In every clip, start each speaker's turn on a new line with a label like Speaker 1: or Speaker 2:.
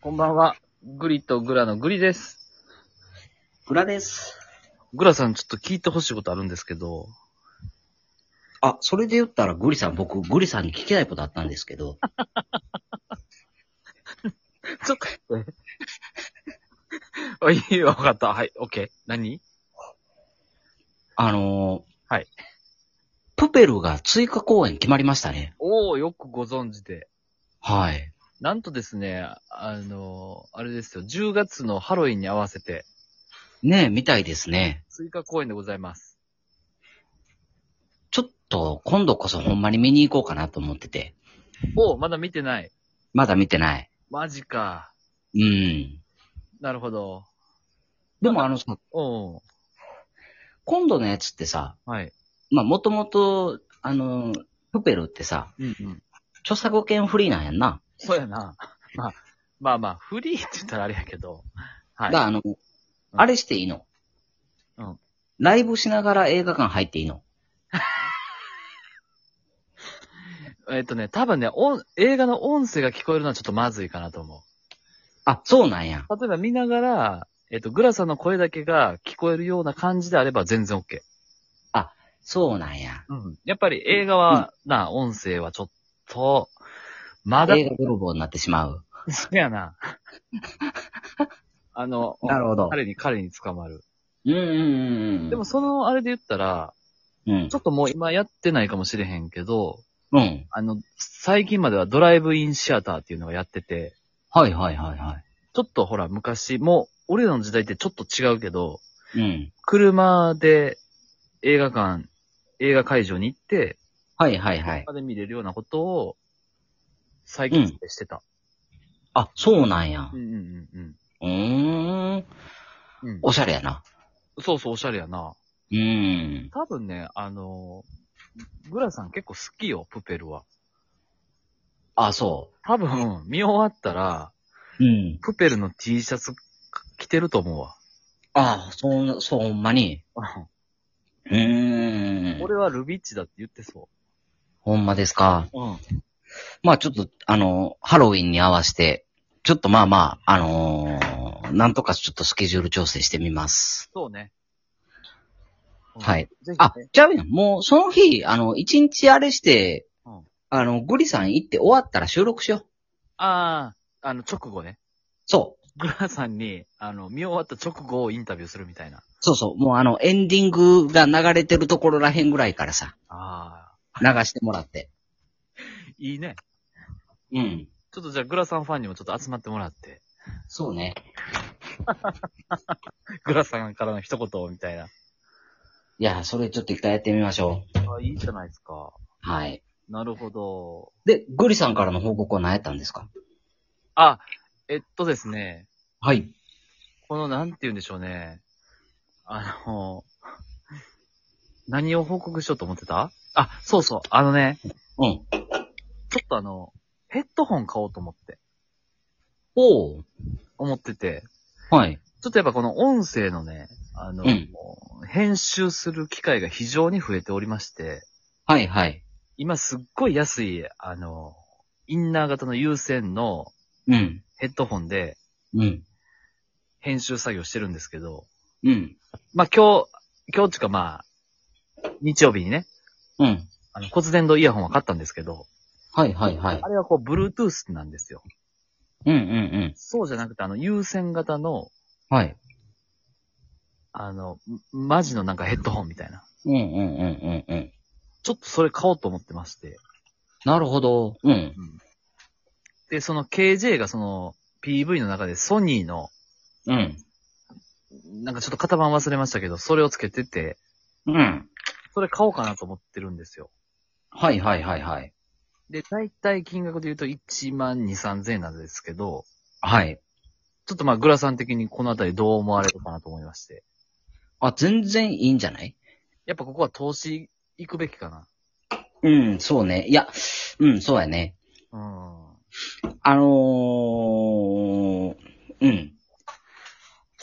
Speaker 1: こんばんは。グリとグラのグリです。
Speaker 2: グラです。
Speaker 1: グラさん、ちょっと聞いてほしいことあるんですけど。
Speaker 2: あ、それで言ったらグリさん、僕、グリさんに聞きたいことあったんですけど、
Speaker 1: ちょっと、 あ、いいよ、わかった。はい、オッケー。何
Speaker 2: あのー
Speaker 1: はい。
Speaker 2: プペルが追加公演決まりましたね。
Speaker 1: おー、よくご存知で。
Speaker 2: はい。
Speaker 1: なんとですね、あの、あれですよ、10月のハロウィンに合わせて、
Speaker 2: ねえ、みたいですね。
Speaker 1: 追加公演でございます。
Speaker 2: ちょっと、今度こそほんまに見に行こうかなと思ってて。
Speaker 1: おー、まだ見てない。
Speaker 2: まだ見てない。
Speaker 1: マジか。
Speaker 2: うん。
Speaker 1: なるほど。
Speaker 2: でもあのさ、
Speaker 1: おー、
Speaker 2: 今度のやつってさ、
Speaker 1: はい。
Speaker 2: まあ、もともと、あのープペルってさ、
Speaker 1: うんうん。
Speaker 2: 著作権フリーなんやんな。
Speaker 1: そうやな。まあ、まあまあ、フリーって言ったらあれやけど。は
Speaker 2: だ
Speaker 1: い
Speaker 2: から。あの、あれしていいの。
Speaker 1: うん。
Speaker 2: ライブしながら映画館入っていいの。
Speaker 1: えっとね、多分ね、音、映画の音声が聞こえるのはちょっとまずいかなと思
Speaker 2: あ、そうなんや。
Speaker 1: う。例えば見ながら、えっと、グラさんの声だけが聞こえるような感じであれば全然 OK。
Speaker 2: そうなんや。
Speaker 1: うん。やっぱり映画は、な、音声はちょっと、まだ、
Speaker 2: 映画泥棒になってしまう。
Speaker 1: そやな。あの、
Speaker 2: なるほど。
Speaker 1: 彼に、彼に捕まる。
Speaker 2: うんうんうんうん。
Speaker 1: でも、そのあれで言ったら、
Speaker 2: うん
Speaker 1: ちょ。っともう今やってないかもしれへんけど、
Speaker 2: うん。
Speaker 1: あの、最近まではドライブインシアターっていうのがやってて、
Speaker 2: はいはいはいは
Speaker 1: ちょっとほら昔、もう、俺らの時代ってちょっと違うけど、
Speaker 2: い。うん。
Speaker 1: 車で映画館、映画会場に行って、
Speaker 2: はいはいはい。
Speaker 1: 車で見れるようなことを再現してた。
Speaker 2: あ、そうなんや
Speaker 1: う。んうんうん
Speaker 2: うーん。
Speaker 1: うん。うん、
Speaker 2: おしゃれやな。
Speaker 1: そうそう、おしゃれやな。
Speaker 2: うん。
Speaker 1: 多分ね、あのー、グラさん結構好きよ、プペルは。
Speaker 2: あ、そ
Speaker 1: 多分、見終わったら、
Speaker 2: う。うん。
Speaker 1: プペルの T シャツ着てると思うわ。
Speaker 2: あ、そう、そう、ほんまに。うーん。
Speaker 1: 俺はルビッチだって言ってそ
Speaker 2: ほんまですか。
Speaker 1: う。うん。
Speaker 2: まあちょっと、あの、ハロウィンに合わせて、ちょっとまあまあ、あのーなんとかちょっとスケジュール調整してみます。
Speaker 1: そうね。うん
Speaker 2: はい。
Speaker 1: ぜひ
Speaker 2: あ
Speaker 1: ね、
Speaker 2: じゃあ、もう、その日、あの、一日あれして、
Speaker 1: うん
Speaker 2: あの、グリさん行って終わったら収録しよう。
Speaker 1: ああ、あの、直後ね。
Speaker 2: そう。
Speaker 1: グラさんに、あの、見終わった直後をインタビューするみたいな。
Speaker 2: そうそう。もう、あの、エンディングが流れてるところらへんぐらいからさ、
Speaker 1: ああ。
Speaker 2: 流してもらって。
Speaker 1: いいね。
Speaker 2: うん。
Speaker 1: ちょっとじゃあ、グラさんファンにもちょっと集まってもらって、
Speaker 2: そうね。
Speaker 1: グラさんからの一言をみたいな。
Speaker 2: いや、それちょっと一回やってみましょう。
Speaker 1: あいいじゃないですか。
Speaker 2: はい。
Speaker 1: なるほど。
Speaker 2: で、グリさんからの報告は何やったんですか
Speaker 1: あ、えっとですね、
Speaker 2: はい。
Speaker 1: この、なんて言うんでしょうね。あの、何を報告しようと思ってたあ、そうそう、あのね、
Speaker 2: うん。
Speaker 1: ちょっとあの、ヘッドホン買おうと思って、
Speaker 2: おー。
Speaker 1: 思ってて、
Speaker 2: はい。
Speaker 1: ちょっとやっぱこの音声のね、あの、
Speaker 2: うん
Speaker 1: 編集する機会が非常に増えておりまして、
Speaker 2: はいはい。
Speaker 1: 今すっごい安い、あの、インナー型の有線の
Speaker 2: うん。
Speaker 1: ヘッドホンで
Speaker 2: うん。
Speaker 1: 編集作業してるんですけど、
Speaker 2: うん。
Speaker 1: まあ、今日、今日っていうかまあ、日曜日にね、
Speaker 2: うん。
Speaker 1: あの骨伝導イヤホンは買ったんですけど、
Speaker 2: はいはいはい
Speaker 1: あ。れはこう、Bluetooth なんですよ。
Speaker 2: うんうんうん。
Speaker 1: そうじゃなくて、あの、有線型の、
Speaker 2: はい。
Speaker 1: あの、マジのなんかヘッドホンみたいな。
Speaker 2: うんうんうんうんうん。
Speaker 1: ちょっとそれ買おうと思ってまして。
Speaker 2: なるほど。うん。
Speaker 1: で、その KJ がその PV の中でソニーの、
Speaker 2: うん。
Speaker 1: なんかちょっと型番忘れましたけど、それをつけてて、
Speaker 2: うん。
Speaker 1: それ買おうかなと思ってるんですよ。
Speaker 2: はいはいはいはい。
Speaker 1: で、大体金額で言うと1万2、3000円なんですけど、
Speaker 2: はい。
Speaker 1: ちょっとまあグラさん的にこのあたりどう思われるかなと思いまして。
Speaker 2: あ、全然いいんじゃない
Speaker 1: やっぱここは投資行くべきかな。
Speaker 2: うん、そうね。いや、うん、そうやね。
Speaker 1: うん。
Speaker 2: あのー、うん。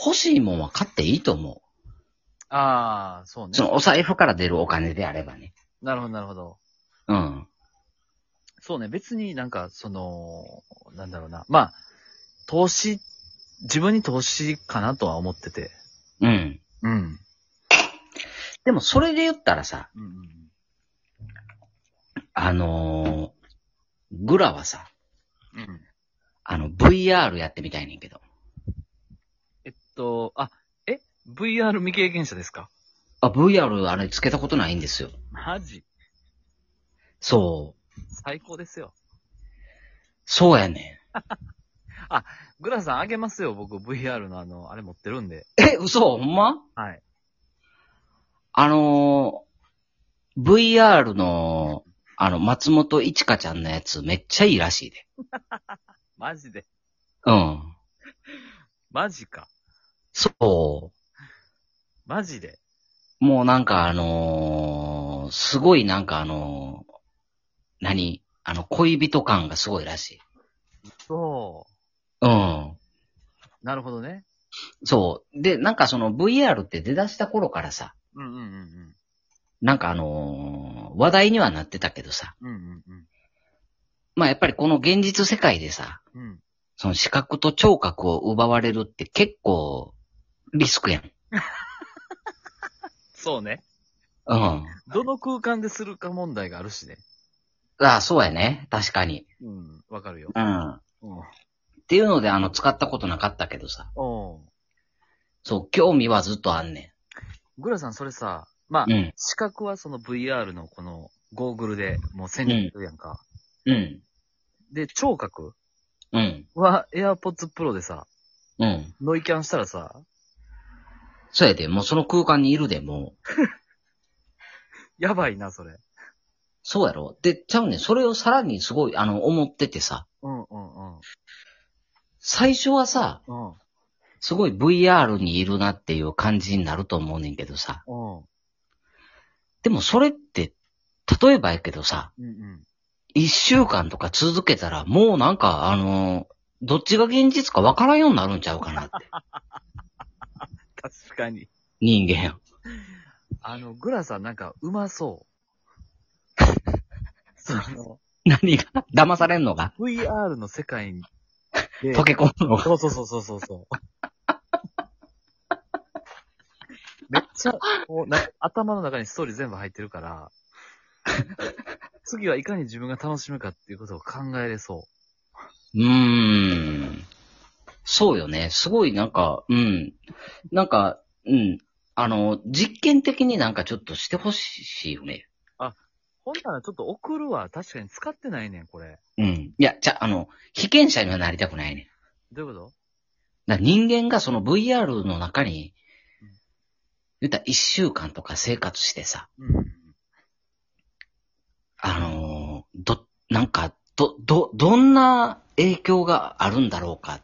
Speaker 2: 欲しいもんは買っていいと思
Speaker 1: ああ、そう
Speaker 2: う。そ
Speaker 1: ね。
Speaker 2: のお財布から出るお金であればね。
Speaker 1: なるほど、なるほど。
Speaker 2: うん。
Speaker 1: そうね、別になんか、その、なんだろうな。まあ、投資、自分に投資かなとは思ってて。
Speaker 2: うん。
Speaker 1: うん。
Speaker 2: でもそれで言ったらさ、
Speaker 1: うんうん
Speaker 2: あのーグラはさ、
Speaker 1: うん。うん。
Speaker 2: あの、VR やってみたいねんけど。
Speaker 1: えっと、あ、え ?VR 未経験者ですか
Speaker 2: あ、VR あれつけたことないんですよ。
Speaker 1: マジ
Speaker 2: そう。
Speaker 1: 最高ですよ。
Speaker 2: そうやね
Speaker 1: グラさんあげますよ、僕 VR のあの、あれ持ってるんで。
Speaker 2: ん。え、嘘ほんま
Speaker 1: はい。
Speaker 2: あのー VR の、あの、松本いちかちゃんのやつめっちゃいいらしいで。
Speaker 1: マジで。
Speaker 2: うん。
Speaker 1: マジか。
Speaker 2: そ
Speaker 1: マジで。
Speaker 2: う。もうなんかあのーすごいなんかあのー何あの、恋人感がすごいらしい。
Speaker 1: そ
Speaker 2: うん。
Speaker 1: う。なるほどね。
Speaker 2: そう。で、なんかその VR って出だした頃からさ、
Speaker 1: うんうんうん
Speaker 2: なんかあのー話題にはなってたけどさ、
Speaker 1: うん。うんうん
Speaker 2: まあやっぱりこの現実世界でさ、
Speaker 1: うん。うん。
Speaker 2: その視覚と聴覚を奪われるって結構リスクやん。
Speaker 1: そうね。
Speaker 2: うん。あ
Speaker 1: どの空間でするか問題があるしね。
Speaker 2: あ、そうやね。確かに。
Speaker 1: うん。わかるよ。
Speaker 2: うん。っ
Speaker 1: うん。
Speaker 2: ていうので、あの、使ったことなかったけどさ。
Speaker 1: おう
Speaker 2: そう、興味はずっとあんね
Speaker 1: グラさん、それさ、まあ
Speaker 2: ん。、うん。
Speaker 1: 資格はその VR のこのゴーグルでもう戦略するやんか。
Speaker 2: うん。
Speaker 1: で、聴覚
Speaker 2: うん。
Speaker 1: は AirPods Pro でさ、
Speaker 2: うん。
Speaker 1: ノイキャンしたらさ、
Speaker 2: そうやで、もうその空間にいるで、もう。
Speaker 1: やばいな、それ。
Speaker 2: そうやろ。で、ちゃうねん。それをさらにすごい、あの、思っててさ。
Speaker 1: うんうんうん。
Speaker 2: 最初はさ、
Speaker 1: うん。
Speaker 2: すごい VR にいるなっていう感じになると思うねんけどさ。
Speaker 1: うん。
Speaker 2: でもそれって、例えばやけどさ、
Speaker 1: うんうん。
Speaker 2: 一週間とか続けたら、もうなんか、あのーどっちが現実かわからんようになるんちゃうかなって。
Speaker 1: 確かに。
Speaker 2: 人間。
Speaker 1: あの、グラさんなんかうま そう。その、
Speaker 2: 何が騙されんのが
Speaker 1: VR の世界に。
Speaker 2: 溶け込むのが。
Speaker 1: そうそうそうそうそうそう。めっちゃ、もうな頭の中にストーリー全部入ってるから、次はいかに自分が楽しむかっていうことを考えれそう
Speaker 2: ーん。そうよね。すごいなんか、うん。なんか、うん。あの、実験的になんかちょっとしてほしいよね。
Speaker 1: う。ほんならちょっと送るわ。確かに使ってないねん、これ。
Speaker 2: うん。いや、じゃ、あの、被験者にはなりたくないね。
Speaker 1: どういうこ
Speaker 2: だから人間がその VR の中に
Speaker 1: うん、
Speaker 2: 言ったら一週間とか生活してさ、
Speaker 1: とうん。
Speaker 2: あのーど、なんか、ど、ど、どんな影響があるんだろうかっ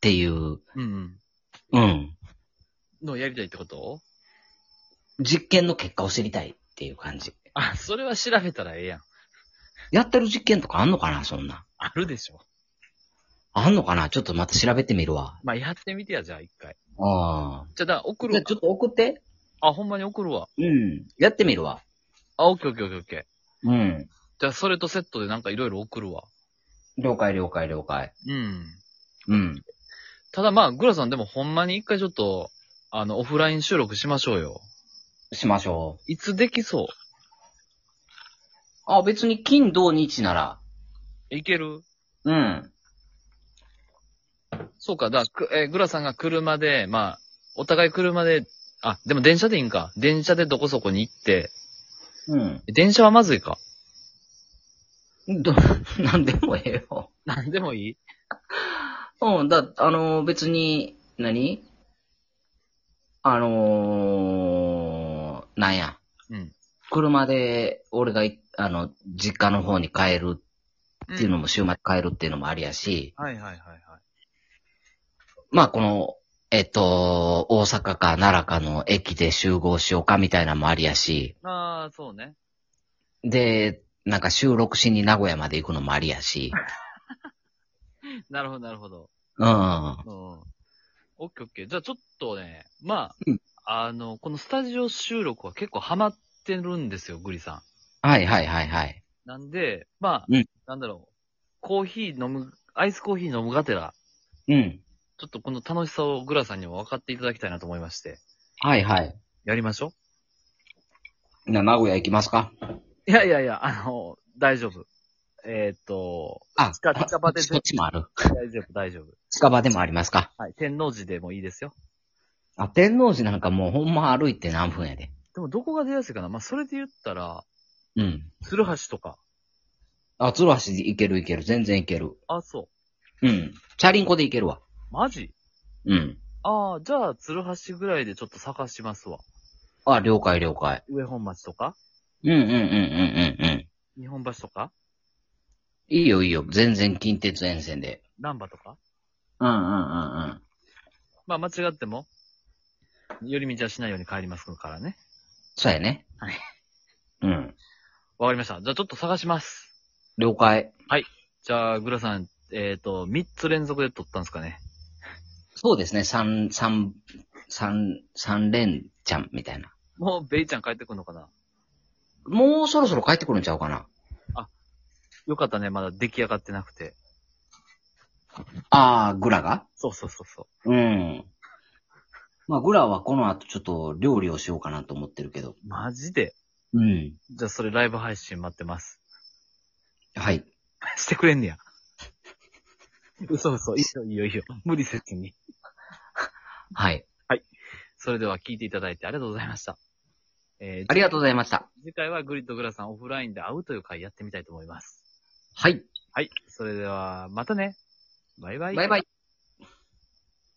Speaker 2: ていう、
Speaker 1: うん
Speaker 2: うん。
Speaker 1: うん。のやりたいってこと
Speaker 2: 実験の結果を知りたいっていう感じ。
Speaker 1: あ、それは調べたらええやん。
Speaker 2: やってる実験とかあんのかなそんな。
Speaker 1: あるでしょ。
Speaker 2: あんのかなちょっとまた調べてみるわ。
Speaker 1: まあ、やってみてや、じゃあ、一回。
Speaker 2: ああ。
Speaker 1: じゃあ、だから送る
Speaker 2: じゃ
Speaker 1: わ
Speaker 2: あ。ちょっと送って。
Speaker 1: あ、ほんまに送るわ。
Speaker 2: うん。やってみるわ。
Speaker 1: あ、オッケーオッケーオッケーオッケー。
Speaker 2: うん。
Speaker 1: じゃあ、それとセットでなんかいろいろ送るわ。
Speaker 2: 了解了解了解。
Speaker 1: うん。
Speaker 2: うん。
Speaker 1: ただまあ、グラさんでもほんまに一回ちょっと、あの、オフライン収録しましょうよ。
Speaker 2: しましょう。
Speaker 1: いつできそ
Speaker 2: あ、別に金土日なら。
Speaker 1: ういける
Speaker 2: うん。
Speaker 1: そうか、だからく、えーグラさんが車で、まあ、お互い車で、あ、でも電車でいいんか。電車でどこそこに行って、
Speaker 2: うん。
Speaker 1: 電車はまずいか。
Speaker 2: ど、 なんでもええよ。
Speaker 1: なんでもいい
Speaker 2: うん、だ、あのー別に、何あのーなんや。
Speaker 1: うん。
Speaker 2: 車で、俺がい、あの、実家の方に帰る
Speaker 1: っ
Speaker 2: っていうの
Speaker 1: も。
Speaker 2: も、週末帰るっていうのもありやし、
Speaker 1: はいはいはいはい。
Speaker 2: まあ、この、えっと、大阪か奈良かの駅で集合しようかみたいなのもありやし、
Speaker 1: ああ、そうね。
Speaker 2: で、なんか収録しに名古屋まで行くのもありや し、
Speaker 1: なるほどなるほど。
Speaker 2: うん。
Speaker 1: うん。オッケーオッケー。じゃあちょっとね、まあ、
Speaker 2: うん
Speaker 1: あの、このスタジオ収録は結構ハマってるんですよ、グリさん。
Speaker 2: はいはいはいはい。
Speaker 1: なんで、まあ、
Speaker 2: うん
Speaker 1: なんだろう、コーヒー飲む、アイスコーヒー飲むがてら、
Speaker 2: うん。
Speaker 1: ちょっとこの楽しさをグラさんにも分かっていただきたいなと思いまして。
Speaker 2: はいはい。
Speaker 1: やりましょ
Speaker 2: な、名古屋行きますか
Speaker 1: う。いやいやいや、あの、大丈夫。えーっと、
Speaker 2: あ、
Speaker 1: 近近場で
Speaker 2: そっちもある。
Speaker 1: 大丈夫、大丈夫。
Speaker 2: 近場でもありますか
Speaker 1: はい、天王寺でもいいですよ。
Speaker 2: あ、天王寺なんかもうほんま歩いて何分やで。
Speaker 1: でもどこが出やすいかなまあ、それで言ったら、
Speaker 2: うん。
Speaker 1: 鶴橋とか。
Speaker 2: あ、鶴橋行ける行ける。全然行ける。
Speaker 1: あ、そ
Speaker 2: うん。チャリンコで行けるわ。
Speaker 1: う。マジ
Speaker 2: うん。
Speaker 1: ああ、じゃあ、鶴橋ぐらいでちょっと探しますわ。
Speaker 2: あ、了解了解。
Speaker 1: 上本町とか
Speaker 2: うんうんうんうんうんうん。
Speaker 1: 日本橋とか
Speaker 2: いいよいいよ。全然近鉄沿線で。
Speaker 1: 難波とか
Speaker 2: うんうんうんうん。
Speaker 1: まあ、間違っても、寄り道はしないように帰りますからね。
Speaker 2: そうやね。
Speaker 1: はい。
Speaker 2: うん。
Speaker 1: わかりました。じゃあ、ちょっと探します。
Speaker 2: 了解。
Speaker 1: じゃあ、グラさん、えっ、と、3つ連続で撮ったんですかね。
Speaker 2: そうですね。三、三、三、三連ちゃんみたいな。
Speaker 1: もう、ベイちゃん帰ってくんのかな
Speaker 2: もうそろそろ帰ってくるんちゃうかな。
Speaker 1: よかったね、まだ出来上がってなくて。
Speaker 2: あー、グラが
Speaker 1: そうそうそうそう。
Speaker 2: うん。まあ、グラはこの後ちょっと料理をしようかなと思ってるけど。
Speaker 1: マジで。
Speaker 2: うん。
Speaker 1: じゃあ、それライブ配信待ってます。
Speaker 2: はい。
Speaker 1: してくれんねや。嘘嘘、いいよいいよいいよ。無理せずに。
Speaker 2: はい。
Speaker 1: それでは聞いていただいてありがとうございました。えー
Speaker 2: ありがとうございました。
Speaker 1: 次回はグリッドグラさんオフラインで会うという回やってみたいと思います。
Speaker 2: はい。
Speaker 1: はい。それでは、またね。バイバイ。
Speaker 2: バイバイ。